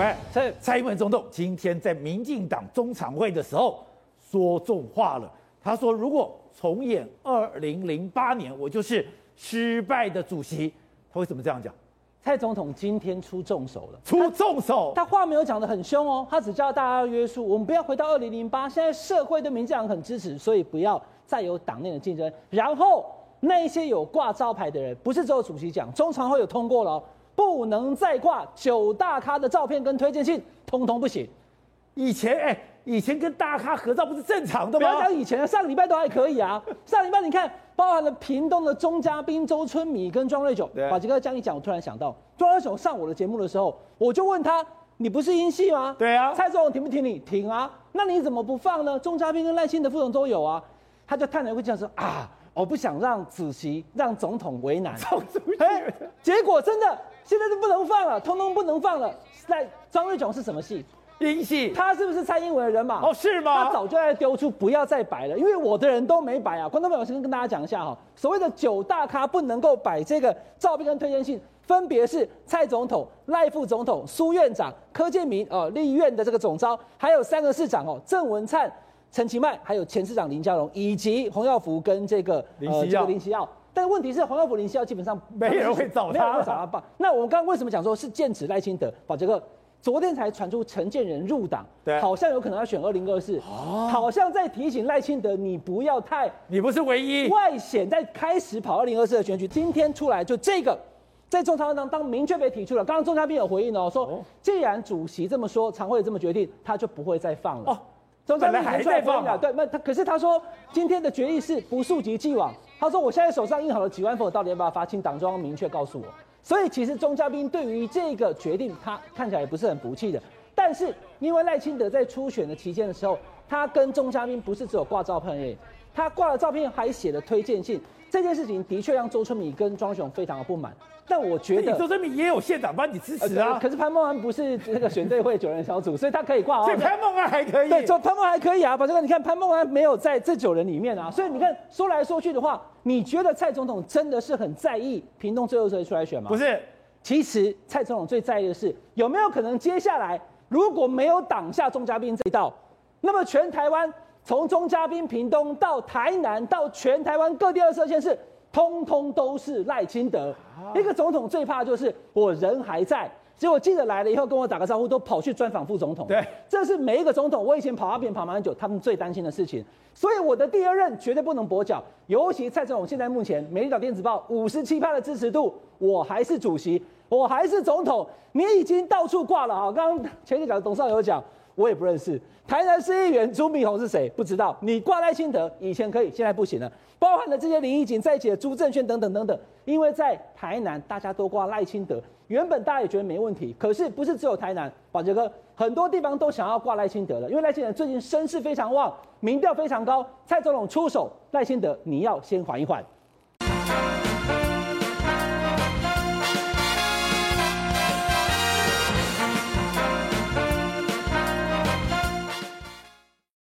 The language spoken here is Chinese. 喂，是蔡英文总统今天在民进党中常会的时候说重话了，他说如果重演二零零八年，我就是失败的主席。他为什么这样讲？蔡总统今天出重手了。出重手，他话没有讲得很凶哦，他只叫大家约束，我们不要回到二零零八。现在社会对民进党很支持，所以不要再有党内的竞争。然后那一些有挂招牌的人，不是只有主席讲，中常会有通过了、哦，不能再挂九大咖的照片跟推荐信，通通不行。以前哎、以前跟大咖合照不是正常的不要吗讲？以前了，上个礼拜都还可 以啊。上礼拜你看，包含了屏东的钟嘉宾、周春米跟庄瑞炯对，把这个这样一讲，我突然想到，庄瑞炯上我的节目的时候，我就问他：“你不是英系吗？”对啊蔡总统挺不挺你？挺啊。那你怎么不放呢？钟嘉宾跟赖清德副总都有啊。他就叹了一口气说：“啊，我不想让主席、让总统 为难。”这种主哎、席，结果真的现在是不能放了，通通不能放了。赖庄瑞炯是什么系？英系他是不是蔡英文的人马？哦，是他吗？早就在丢出不要再摆了，因为我的人都没摆啊。观众朋友，先跟大家讲一下哈，所谓的九大咖不能够摆这个照片跟推荐信，分别是蔡总统、赖副总统、苏院长、柯建明呃立院的这个总召，还有三个市长哦，郑文灿、陈其迈，还有前市长林佳龙，以及洪耀福跟这个呃林熙这耀个林熙耀。但问题是，洪耀福、林熙耀基本上没有人会找他没有人会找他爸。那我们刚刚为什么讲说是剑指赖清德？宝杰哥，昨天才传出陈建仁入党，对哦好像有可能要选二零二四，好像在提醒赖清德，你不要太你不是唯一，外显，在开始跑二零二四的选举。今天出来就这个，在中常会当当明确被提出了。刚刚钟嘉宾有回应哦，说既然主席这么说，常会这么决定，他就不会再放了。哦哦，中嘉宾本来还已经出来在放啊回应了对，那他可是他说今天的决议是不溯及既往。他说我现在手上印好了几万份，我到底要不要发？请党中央明确告诉我。所以其实钟嘉宾对于这个决定，他看起来也不是很服气的。但是因为赖清德在初选的期间的时候，他跟钟嘉宾不是只有挂照片而已，他挂了照片还写了推荐信。这件事情的确让周春米跟庄雄非常的不满。但我觉你得周。春明也有县长帮你支持呃啊，可是潘孟安不是那个选对会九人小组，所以他可以挂哦。所以潘梦安还可以。对，就潘梦还可以啊，把这个你看潘梦还没有在这九人里面啊，所以你看说来说去的话，你觉得蔡总统真的是很在意屏东最后谁出来选吗？不，是其实蔡总统最在意的是有没有可能接下来如果没有挡下钟嘉宾这一道，那么全台湾从钟嘉宾、屏东到台南到全台湾各地二十二县市，通通都是赖清德。啊一个总统最怕就是我人还在。结果记者来了以后跟我打个招呼，都跑去专访副总统。对这是每一个总统，我以前跑阿扁、跑马英九，他们最担心的事情。所以我的第二任绝对不能跛脚，尤其蔡总统现在目前《美丽岛电子报》五十七趴的支持度，我还是主席，我还是总统，你已经到处挂了啊！刚刚前几讲董事长有讲，我也不认识台南市议员朱明宏是谁，不知道。你挂赖清德以前可以，现在不行了。包含了这些林义景在一起的朱正轩等等等等，因为在台南大家都挂赖清德，原本大家也觉得没问题，可是不是只有台南，宝杰哥很多地方都想要挂赖清德了，因为赖清德最近声势非常旺，民调非常高，蔡总统出手，赖清德你要先缓一缓。